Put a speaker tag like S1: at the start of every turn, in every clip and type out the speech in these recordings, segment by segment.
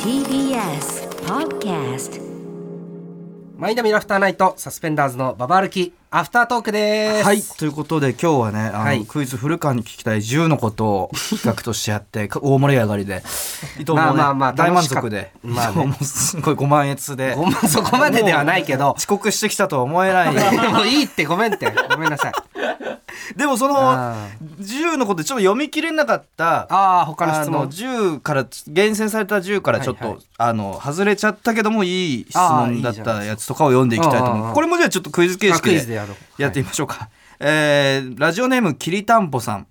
S1: TBS Podcast
S2: マイナビラフターナイトサスペンダーズのババ歩きアフタートークです。
S3: はい。ということで今日はね、あの、
S2: はい
S3: クイズ古川に聞きたい10のことを企画として やって、か大盛り上がりで、伊藤も、ね、
S2: まあまあまあ
S3: 大満足で、
S2: 楽しかった
S3: 伊藤も すごいご満悦で、
S2: ごめんそこまでではないけ ど。。
S3: 遅刻してきたとは思えない
S2: もういいってごめんってごめんなさい。
S3: でもその
S2: あ
S3: 10のことでちょっと読み切れなかった、
S2: ああ他の
S3: あ
S2: 質
S3: の
S2: 問。
S3: 10から厳選された10からちょっと、
S2: はいは
S3: あの外れちゃったけどもいい質問だ
S2: ああい
S3: っ
S2: いじゃない
S3: たやつとかを読んでいきたいと
S2: うんうん
S3: 思
S2: う
S3: うんこれもじゃあちょっとクイズ形
S2: あクイ
S3: 式
S2: ズで
S3: で
S2: やろう。
S3: やってみましょうか、えーラジオネームきりたんぽさん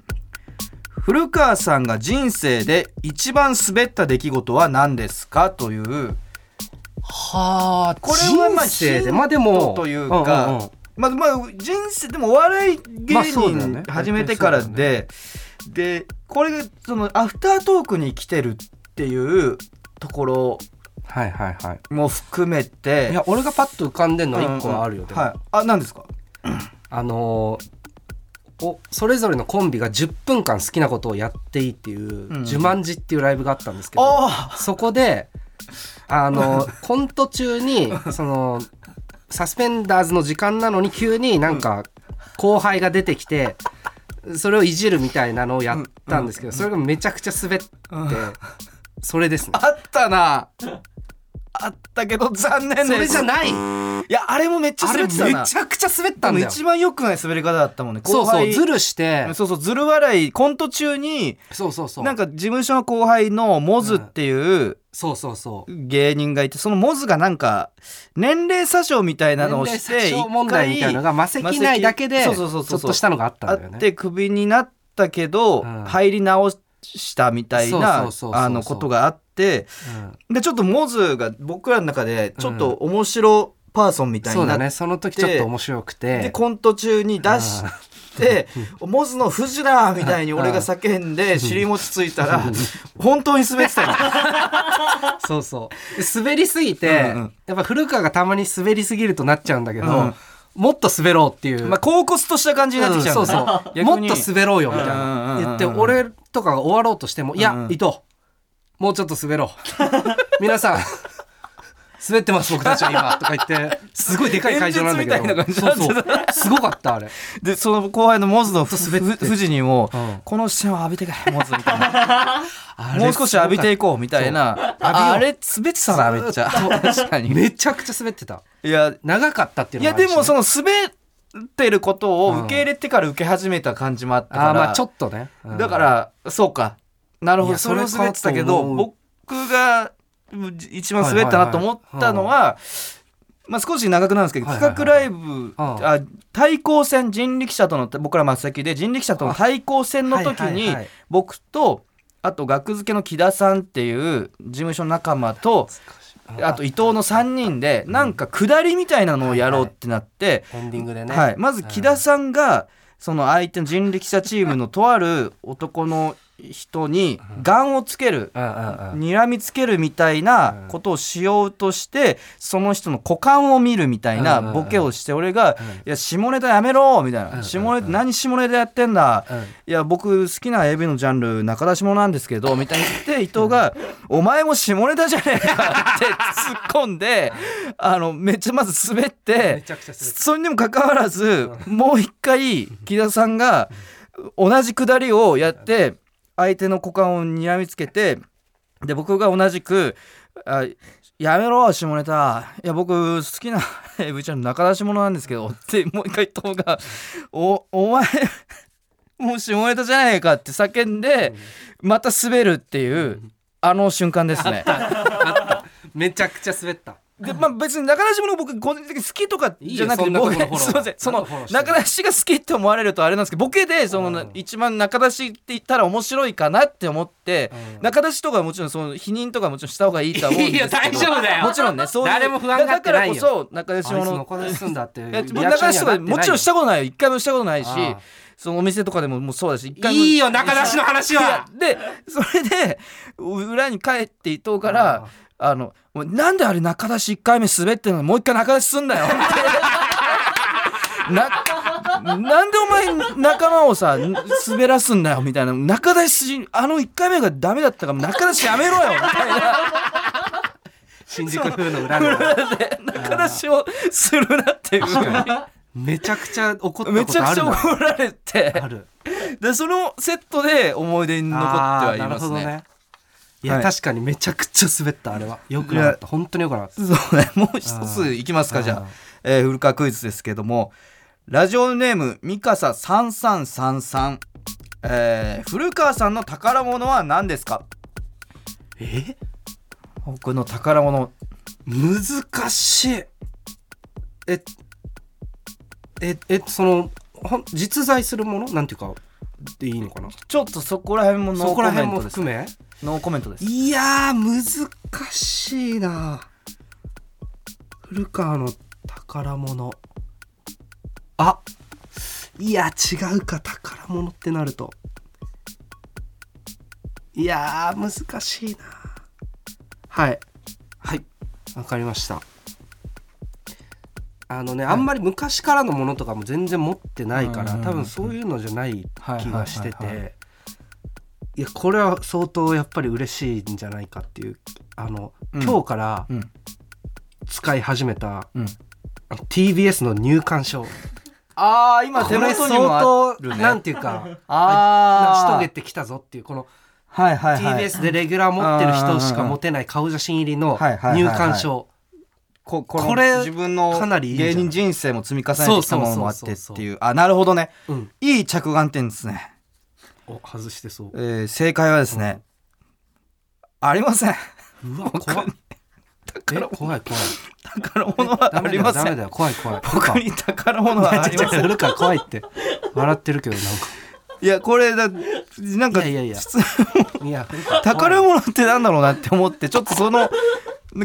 S3: 古川さんが人生で一番滑った出来事は何ですかという
S2: はあ
S3: これはまあ
S2: 人生でまあでも
S3: というか、
S2: うんうんうん
S3: まあまあ人生でもお笑い芸
S2: まあそうだよ
S3: 人
S2: ね
S3: 始めてから
S2: そう
S3: で、でこれがそのアフタートークに来てるっていうところ
S2: はいはいは
S3: も含め
S2: い。
S3: て
S2: いや俺がパッと浮かんでんのは一個はあるよ。
S3: うん
S2: で
S3: うん
S2: も
S3: はい、あ何ですか
S2: あのーおそれぞれのコンビが10分間好きなことをやっていいっていう
S3: う
S2: 「
S3: ん
S2: ジュマンジ」っていうライブがあったんですけど、
S3: あ
S2: そこであのコント中にそのサスペンダーズの時間なのに急になんか後輩が出てきてそれをいじるみたいなのをやったんですけどそれがめちゃくちゃ滑ってそれですね。
S3: あったなあったけど残念です
S2: それじゃない
S3: いやあれもめっちゃ
S2: あれ
S3: 滑
S2: め
S3: って
S2: ち
S3: たな
S2: ゃくちゃ滑った
S3: で
S2: ん
S3: も
S2: だよ。
S3: 一番良くない滑り方だったもんね
S2: そう
S3: 後
S2: そう
S3: 輩
S2: ズルして
S3: そうそうずる笑いコント中に
S2: そうそうそう
S3: なんか事務所の後輩のモズっていう
S2: そうそうそう
S3: 芸人がいてそのモズがなんか年齢詐称みたいなのをし
S2: 年
S3: て
S2: 齢詐称問題みたいなのが魔石
S3: 魔
S2: 内
S3: 石
S2: だけでち
S3: そ
S2: ょ
S3: うそうそう
S2: っ
S3: そう
S2: としたのがあった
S3: あ
S2: んだよ
S3: っ
S2: ね。
S3: てクビになったけど
S2: うん
S3: 入り直したみたい
S2: そ
S3: な
S2: うそうそうそうそう
S3: あのことがあって
S2: うん
S3: でちょっとモズが僕らの中でちょっと面白パーソンみたい
S2: そう
S3: にな
S2: だ
S3: って
S2: ねその時ちょっと面白くて
S3: でコント中に出して「モズのフジだ!」みたいに俺が叫んで尻餅ついたら本当に滑ってたの。
S2: そうそう。で滑りすぎて、
S3: うんうん
S2: やっぱ古川がたまに滑りすぎるとなっちゃうんだけど、
S3: うん
S2: もっと滑ろうっていう。
S3: まあ、高骨とした感じになってきちゃう
S2: そ
S3: ん
S2: う
S3: だね、
S2: そう。もっと
S3: っ
S2: 滑ろうよみたい
S3: うんうん
S2: な
S3: うん。うん
S2: 言って、俺とかが終わろうとしても、いや、
S3: うんうん
S2: 伊藤、もうちょっと滑ろう。 皆さん。滑ってます僕たちは今とか言ってすごいでかい会場なんだけど
S3: 演説みたいな感じになっちゃ
S2: そ
S3: っ
S2: うそうすごかったあれ
S3: でその後輩のモズのふふ富士にも、
S2: うん
S3: この視線を浴びてからモズみたいな
S2: あれ
S3: もう少し浴びていこうみたいなああれ滑ってたなめっちゃ確か に
S2: めちゃくちゃ滑ってた
S3: いや
S2: 長かったっていう
S3: い
S2: の
S3: や
S2: もある
S3: で
S2: しね
S3: もその滑ってることを受け入れてから受け始めた感じもあったから
S2: あーまあちょっとね、うん
S3: だから、そうか。なるほ
S2: い
S3: ど。
S2: や
S3: それを
S2: それ
S3: 滑
S2: か
S3: ってたけ
S2: と
S3: ど、
S2: 思
S3: 僕がうん一番滑ったなと思ったのは、まあ少し長くなるんですけど、
S2: はいはいはい
S3: 企画ライブ、
S2: うん
S3: あ対抗戦、人力車との、僕ら真っ先で人力車との対抗戦の時
S2: はいはい
S3: に
S2: はい、
S3: 僕と、あと学付けの木田さんっていう事務所仲間と、あと伊藤の3人で、なんか下りみたいなのをやろうってなって、
S2: エンディングでね、
S3: はい、まず木田さんがその相手の人力車チームのとある男の人にガンをつける
S2: うんうんうん
S3: 睨みつけるみたいなことをしようとしてその人の股間を見るみたいな
S2: うん
S3: ボケをして俺が
S2: うん
S3: 「いや下ネタやめろ」みたい
S2: うん
S3: な「下ネタ何下ネタやってんだ」いや僕好きな AV のジャンル中出しもなんですけどみたいに言って伊藤が「お前も下ネタじゃねえか」って突っ込んであのめっちゃまず滑って
S2: めちゃくちゃ滑った
S3: それにもかかわらずもう一回木田さんが同じくだりをやって相手の股間を睨みつけてで僕が同じく「あやめろ下ネタいや僕好きな AV ちゃんの中出し者なんですけど」ってもう一回伊藤が「おお前もう下ネタじゃねえか」って叫んでまた滑るっていうあの瞬間ですね。
S2: めちゃくちゃ滑った
S3: でまあ別に中出しも僕個人的に好きとかじゃなく
S2: い
S3: て
S2: いよそんなところ
S3: 僕ね
S2: フォロー
S3: すいませんそ
S2: なん
S3: の
S2: かフォローしてる
S3: 中出しが好きって思われるとあれなんですけどボケでその一番中出しって言ったら面白いかなって思って
S2: うん
S3: 中出しとかはもちろんその否認とかもちろんした方がいいとは思うんですけ
S2: い
S3: ど
S2: や大丈夫だよ
S3: もちろんねそういう
S2: 誰も不安がってないよ
S3: だからこそ中出し
S2: あい
S3: も
S2: つ
S3: の
S2: のこですんだっていう
S3: い
S2: リア
S3: や
S2: ク
S3: 中
S2: ションにはなってないよ
S3: 出しとかもちろんしたことないよ一回もしたことないし
S2: ああ
S3: そのお店とかでももうそうだし一回も
S2: いいよ中出しの話はい
S3: やでそれで裏に帰って伊藤から「あのお前なんであれ中出し1回目滑ってんのにもう一回中出しすんだよ」ってななんでお前仲間をさ滑らすんだよみたいな仲出しあの1回目がダメだったから仲出しやめろよみたいな
S2: 新宿風の裏で
S3: 仲出しをするなっていう
S2: めちゃくちゃ怒った
S3: め
S2: こ
S3: ちゃ
S2: とあ
S3: くち
S2: る
S3: ゃ
S2: な
S3: 怒られて
S2: ある
S3: でそのセットで思い出に残ってはい
S2: あ
S3: ます
S2: ーなるほど
S3: ね。
S2: いや、
S3: はい
S2: 確かにめちゃくちゃ滑ったあれはよくなかっ
S3: い
S2: た本当によくなかった
S3: そうね、もう一ついきますかじゃあ
S2: あ、
S3: えー、古川クイズですけどもラジオネームミカサ三三三三えー、古川さんの宝物は何ですか
S2: え
S3: 僕の宝物
S2: 難しいえええそのほん実在するものなんていうかでいいのかな
S3: ちょっとそこら辺もノ
S2: そ
S3: ーコ
S2: こら
S3: メ
S2: 辺
S3: ン
S2: も
S3: トです
S2: 含め
S3: ノーコメントです
S2: いやー難しいな古川の宝物あいや違うか宝物ってなるといやー難しいなはいはいわかりましたあのね、あんまり昔からのものとかも全然持ってないから、
S3: うんうんうん
S2: 多分そういうのじゃない気がしてて、
S3: はいはいはいはい
S2: やこれは相当やっぱり嬉しいんじゃないかっていうあの、
S3: うん
S2: 今日から
S3: うん
S2: 使い始めた
S3: うん
S2: あの TBS の入館証
S3: ああ今
S2: これ相当、なんていうか
S3: あ
S2: 成し
S3: あ
S2: 遂げてきたぞっていうこの
S3: はいはいはい
S2: TBS でレギュラー持ってる人しか持てない顔写真入りの
S3: はいはいはいはい
S2: 入館証
S3: ここ
S2: これ
S3: れ自分の
S2: かなりいいんじゃな
S3: 芸
S2: い
S3: 人人生も積み重ねてきたものもあって
S2: そ
S3: っ
S2: うそうそうそ
S3: ていうあなるほどね
S2: うん
S3: いい着眼点ですね、
S2: お外してそう
S3: えー正解はですね、ありません
S2: うわ怖いえ怖い怖い
S3: 宝物は
S2: ダメ
S3: あ
S2: だ
S3: り
S2: よ
S3: ませ
S2: ダメだ
S3: ん
S2: よ怖い怖い
S3: 僕に宝物はあ りません
S2: 古川怖いって笑ってるけどなん
S3: いやこれだなんか
S2: かいやいやいや
S3: 普通
S2: いや古川怖い
S3: 宝物ってなんだろうなって思ってちょっとその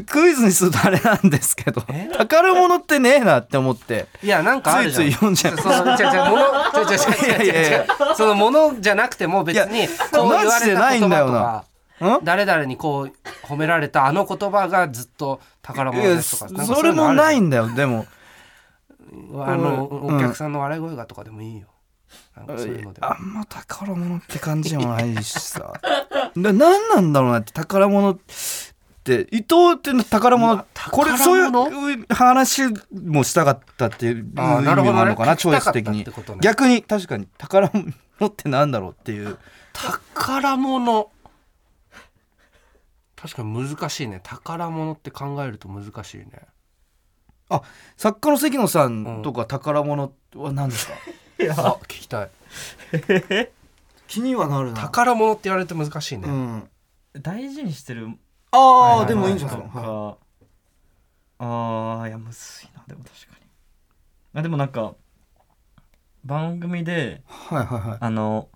S3: クイズにするとあれなんですけど
S2: え
S3: 宝物ってねえなって思って
S2: いやなんかあるじゃん
S3: ついつい読んじゃう
S2: そのじゃじゃものじゃじゃじゃ
S3: いやいやいや
S2: そのものじゃなくても別
S3: い
S2: に
S3: や
S2: こう言われた
S3: マジでないんだよ
S2: 言葉
S3: な
S2: とか
S3: ん
S2: 誰々にこう褒められたあの言葉がずっと宝
S3: い
S2: 物
S3: や
S2: ですとかなんか
S3: それもない
S2: んか
S3: んだよでも
S2: そういうのあるじゃんあの
S3: うん
S2: お客さんの笑い声がとかでもいいよなんかそういうので
S3: あんま宝物って感じでもないしさ な何なんだろうなって宝物って伊藤って宝物、
S2: うわ
S3: これそう
S2: 宝物
S3: いう話もしたかったっていう意味
S2: あー
S3: な
S2: なるほどね
S3: のかな
S2: 聞き
S3: チョイ
S2: たかっ
S3: ス
S2: たっ
S3: 的に
S2: てことね
S3: 逆に確かに宝物ってなんだろうっていう
S2: 宝物確かに難しいね宝物って考えると難しいね
S3: あ作家の関野さんとか宝物は何ですか、
S2: あ聞きたい
S3: 気にはなるな
S2: 宝物って言われて難しいね、
S3: うん
S4: 大事にしてる
S3: あ
S2: はいはい
S3: あ
S2: はい
S3: でもいいんじゃ
S4: な
S3: ない
S4: ん
S3: です
S4: か、
S3: かは
S4: ああいやむずいなでも確かにあでもなんか番組で
S3: いはいはい
S4: あの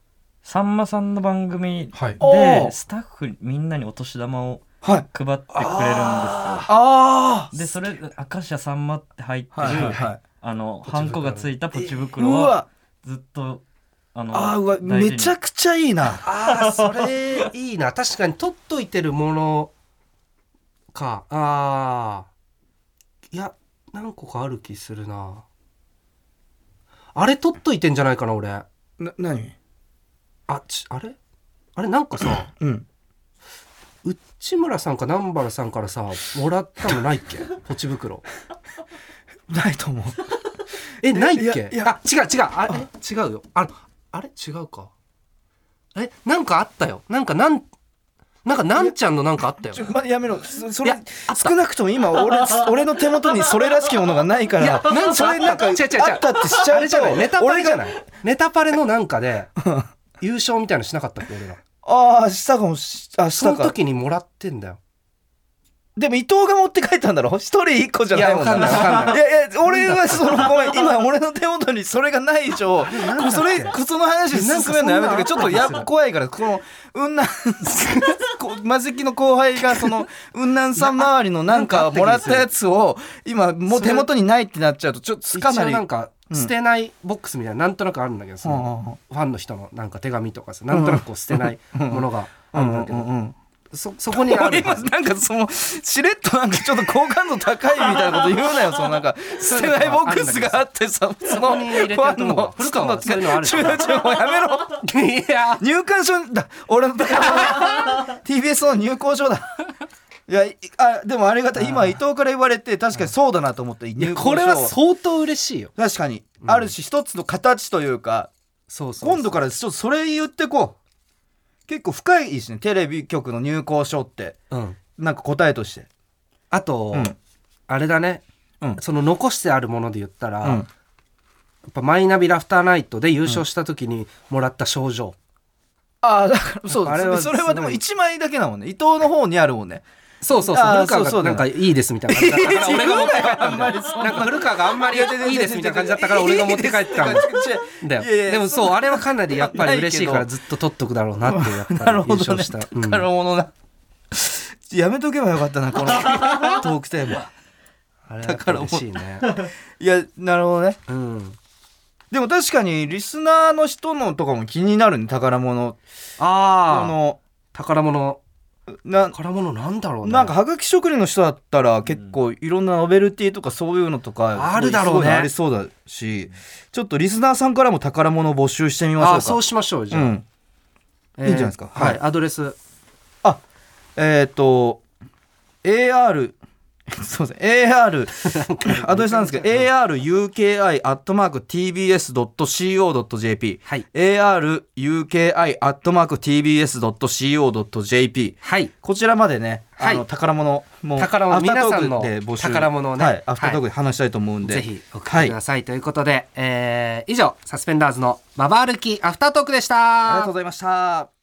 S4: さんまさんの番組
S2: はい
S3: おー
S4: でスタッフみんなにお年玉を
S3: はい
S4: 配ってくれるん
S2: あ
S3: あ
S4: ですよでそれ「明石家さんま」って入って
S3: あ
S4: る、
S3: はいはいはい
S4: あのハンコがついたポチ
S3: う
S4: 袋は
S3: わ
S4: ずっとあの
S3: あーうわ
S4: 大事に
S3: めちゃくちゃいいな
S2: あーそれいいな確かに取っといてるものかあーいや何個かある気するなあれ取っといてんじゃないかな俺あ
S3: な何
S2: ちあれあれなんか さ
S3: うん
S2: 内村さんか南原さんからさもらったのないっけポチ袋
S3: ないと思う
S2: えないっ
S3: いや
S2: け
S3: いや
S2: あ違う違うあえ違うよあのあれ違うかえなんかあったよなんかなんなんかなんちゃんのなんかあったよ
S3: ちょま、やめろそそ
S2: い
S3: れ
S2: やあった
S3: 少なくとも今俺俺の手元にそれらしきものがないか
S2: いや
S3: ら
S2: なんか
S3: それなんか
S2: あ
S3: あ
S2: っ
S3: ったた
S2: 違
S3: っ
S2: う違
S3: て
S2: う違う
S3: しちゃ
S2: あ
S3: う
S2: れじゃないネタパレじゃないネタパレのなんか で優勝みたいなのしなかったっけ俺ら
S3: ああしたかもしあし
S2: そ
S3: た
S2: の
S3: か
S2: 時にもらってんだよ
S3: でも伊藤が持って帰ったんだろ一人一個じゃないもん
S2: いやわかんないわかん
S3: いやいや俺はそのごめん今俺の手元にそれがない以上
S2: なんだっけ
S3: それその話進めるのやめてくれちょっとや怖いからこの雲南 こうマジキの後輩がその雲南さん周りのなんかもらったやつを今もう手元にないってなっちゃうとちょっと
S2: 一
S3: かな
S2: 応
S3: り
S2: なんか捨てないボックスみたいななんとなくあるんだけどそのファンの人のなんか手紙とかさなんとなくこう捨てないものがあるんだけど
S3: うん
S2: そそこにある
S3: 今 なんかそのしれっとなんかちょっと好感度高いみたいなこと言うなよそのなんか捨てないボックスがあってさその
S2: こ
S3: フ
S2: に入れてると思う
S3: ァンの
S2: 古川はそういうのある
S3: 違う違うもうやめろ
S2: いや
S3: 入館証だ俺の TBS の入校証だいやいあでもありがたい今伊藤から言われて確かにそうだなと思って入校
S2: これは相当嬉しいよ
S3: 確かにあるし一つの形というか
S2: そうそう
S3: 今度からちょっとそれ言ってこう結構深いしねテレビ局の入校証って
S2: うん
S3: なんか答えとして
S2: あと、
S3: うん
S2: あれだね、
S3: うん
S2: その残してあるもので言ったら、
S3: うん
S2: やっぱマイナビラフターナイトで優勝した時にもらった賞状、
S3: ああだからそう
S2: あれは
S3: それはでも
S2: すごい
S3: 1枚だけなもんね伊藤の方にあるもんね
S2: そうそうそう
S3: あー
S2: 古川
S3: そうそ
S2: が
S3: うだ
S2: な
S3: ね
S2: んかいいですみたいな感じだったから俺が持って帰ったんだよ なんか古川があんまりいいですみたいな感じだったから俺が持って帰ったんだよだよ
S3: いやいや
S2: でもそう
S3: そんな
S2: あれはかなりやっぱり嬉しいから
S3: ないけ
S2: ずっと取っとくだろうなってやっぱり
S3: なる
S2: 優
S3: ほど
S2: 勝
S3: ね
S2: した、
S3: 宝物だやめとけばよかった なこのトークテーマ
S2: うん、あれはやっぱ嬉しいね、
S3: いやなるほどね
S2: うん、
S3: でも確かにリスナーの人のとかも気になるね宝物あ
S2: ああ
S3: の
S2: 宝物
S3: な
S2: 宝物なんだろうね
S3: なんかはがき職人の人だったら結構いろんなノベルティとかそういうのとか
S2: あるだろうね
S3: すごいありそうだしちょっとリスナーさんからも宝物を募集してみましょう
S2: あ
S3: か
S2: あそうしましょうじゃあ、
S3: うんいいんじゃないですか
S2: えーは
S3: はい
S2: い、アドレス。
S3: あえっ、と AR すいません AR アドレスなんですけど aruki.tbs.co.jp
S2: はい。
S3: aruki.tbs.co.jp
S2: はい。
S3: こちらまでね、あ
S2: は
S3: の
S2: い
S3: 宝物も
S2: 宝物
S3: アフタートーク
S2: 皆
S3: で
S2: さんの
S3: 募集
S2: 宝物をね
S3: はい、アフタートークで話したいと思うんで、
S2: ぜひ送ってください。ということで、えー以上、サスペンダーズのババ歩きアフタートークでした。
S3: はい、ありがとうございました。